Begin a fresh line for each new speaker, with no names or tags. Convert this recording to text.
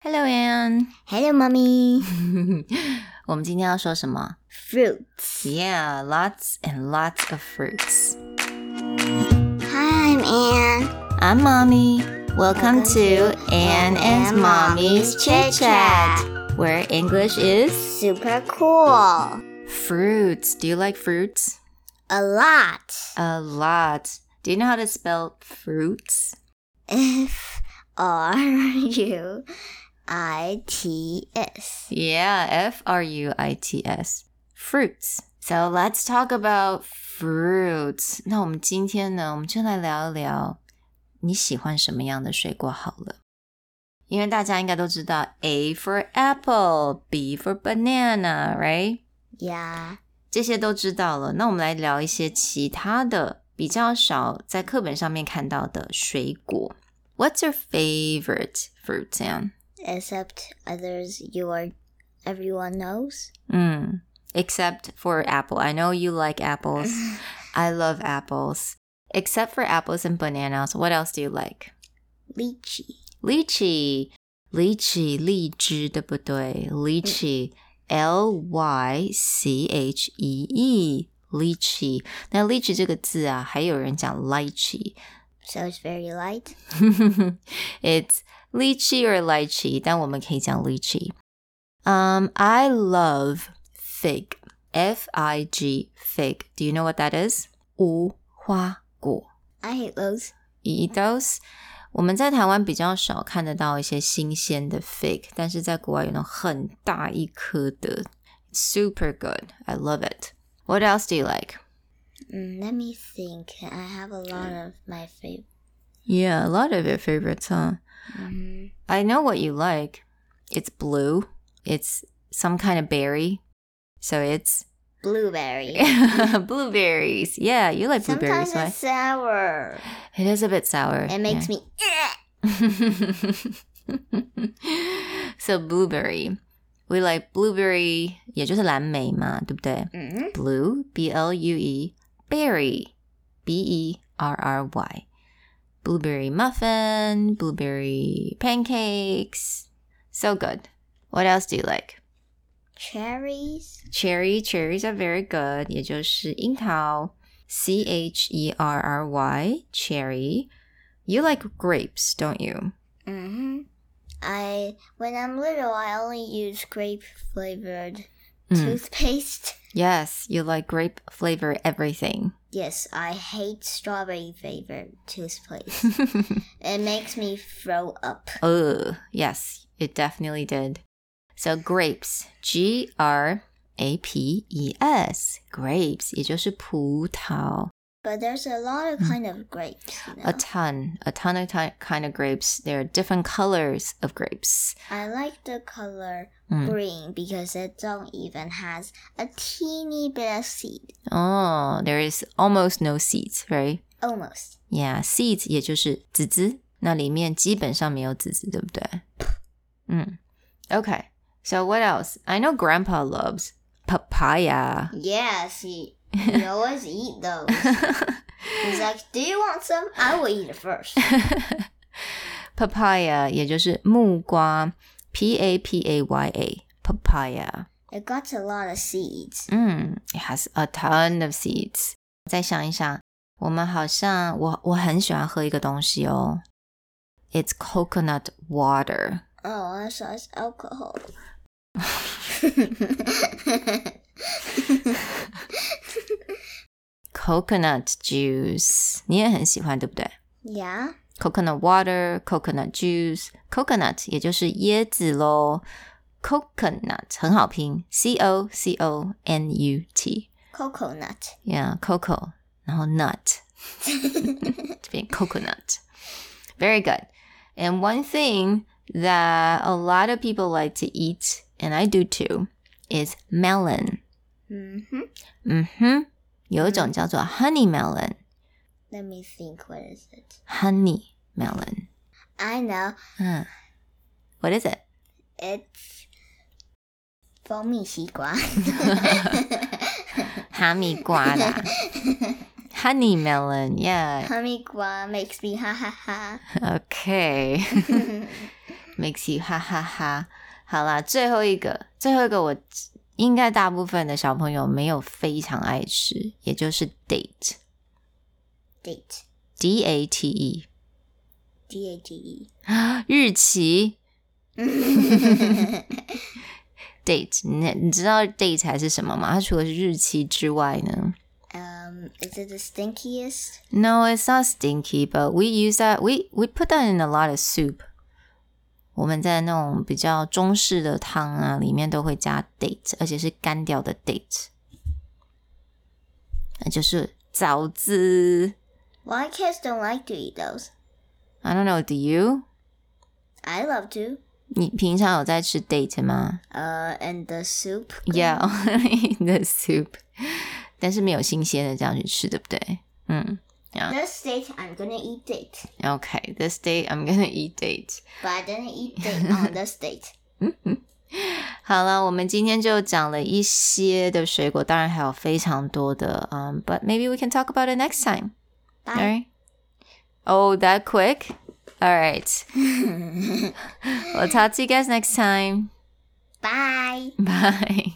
Hello, Anne。
Hello, mommy.
我们今天要说什么
Fruit.
？Yeah, lots and lots of fruits.
Hi, I'm Anne.
I'm Mommy. Welcome to Anne and Mommy's Chit Chat, where English is
Super cool.
fruits. Do you like fruits?
A lot.
A lot. Do you know how to spell fruits?
F R U I T S.
Yeah, F R U I T S. Fruits. So let's talk about fruits. 那我们今天呢，我们就来聊一聊你喜欢什么样的水果好了。因为大家应该都知道，A for apple, B for banana, right？
Yeah.
这些都知道了。那我们来聊一些其他的，比较少在课本上面看到的水果。What's your favorite fruit, Sam?
Except others you are, everyone knows.
Mm. Except for apple. I know you like apples. I love apples. Except for apples and bananas, what else do you like?
Lychee.
Lychee. Lychee, 荔枝,对不对? Lychee. L Y C H E E. Lychee. 那 lychee 这个字啊，还有人讲 lychee.
So it's very light.
it's lychee or lychee, 但我们可以讲 lychee. Um, I love fig. F I G fig. Do you know what that is? 无花果.
I hate those.
You eat those? 我们在台湾比较少看得到一些新鲜的 fig，但是在国外有那种很大一颗的，super good. I love it. What else do you like?
Mm, let me think. I have a lot of my favorite.
Yeah, a lot of your favorites, huh?
hmm
I know what you like. It's blue. It's some kind of berry. So it's
Blueberry.
blueberries. Yeah, you like blueberries,
Sometimes it's
right?
sour.
It is a bit sour.
It makes me. eh.
yeah. So blueberry. We like blueberry, 也就是蓝莓嘛，对不对？
Mm-hmm.
Blue, B L U E, berry, B E R R Y. Blueberry muffin, blueberry pancakes. So good. What else do you like?
Cherries.
Cherry, cherries are very good. 也就是樱桃, C H E R R Y, cherry. You like grapes, don't you?
Mm-hmm. I when I'm little, I only use grape flavored
Mm.
toothpaste.
Yes, you like grape flavor everything.
Yes, I hate strawberry flavored toothpaste. it makes me throw up.
Ugh, yes, it definitely did. So grapes, G R A P E S, grapes 也就是葡萄。
But there's a lot
Mm.
of kind of grapes. You know?
A ton, a ton of ti- kind of grapes. There are different colors of grapes.
I like the color
Mm.
green because it don't even has a teeny bit of seed.
Oh, there is almost no seeds, right?
Almost.
Yeah, seeds 也就是籽籽，那里面基本上没有籽籽，对不对？嗯，Okay. So what else? I know Grandpa loves papaya.
Yeah, see, we always eat those. He's like, "Do you want some? I will eat it first.
papaya 也就是木瓜，P A P A Y A papaya.
It got a lot of seeds.
嗯，it has a ton of seeds. 再想一想，我们好像我我很喜欢喝一个东西哦，It's coconut water.
Oh, that's that's alcohol.
Coconut juice，你也很喜欢，对不对？
yeah.
coconut water, coconut juice, coconut 也就是椰子喽。coconut 很好拼，c o c o n u t。
Coconut.
Yeah, cocoa，然后 nut，这边 coconut。Very good. And one thing that a lot of people like to eat, and I do too, is melon.
hmm
嗯哼，有一种叫做 honey melon,
Let me think. What is it?
honey melon.
I know.
嗯，What is it?
It's 蜂蜜西瓜.
哈密瓜啦 ，Honey Melon yeah
Honey makes me ha ha ha.
okay makes you 哈哈哈。好啦，最后一个，最后一个我应该大部分的小朋友没有非常爱吃，也就是 date，d
Date.
a t e，
D A T E.
日期 date，你你知道 date 还是什么吗？它除了是日期之外呢
Um, is it the stinkiest?
？No, it's not stinky, but we use that we we put that in a lot of soup。我们在那种比较中式的汤啊，里面都会加 date，而且是干掉的 date，那就是枣子。
Why kids don't like to eat those?
I don't know, do you？
I love to.
你平常有在吃 date 吗
Uh, and the soup.
？Yeah, in the soup，但是没有新鲜的这样去吃，对不对？嗯
This date, I'm gonna eat date.
，OK. This day I'm gonna eat date.
But I didn't eat date on this date.
好了，我们今天就讲了一些的水果，当然还有非常多的，嗯、b u t maybe we can talk about it next time. All
Bye.
right? Oh, that quick? All right. we'll talk to you guys next time.
Bye.
Bye.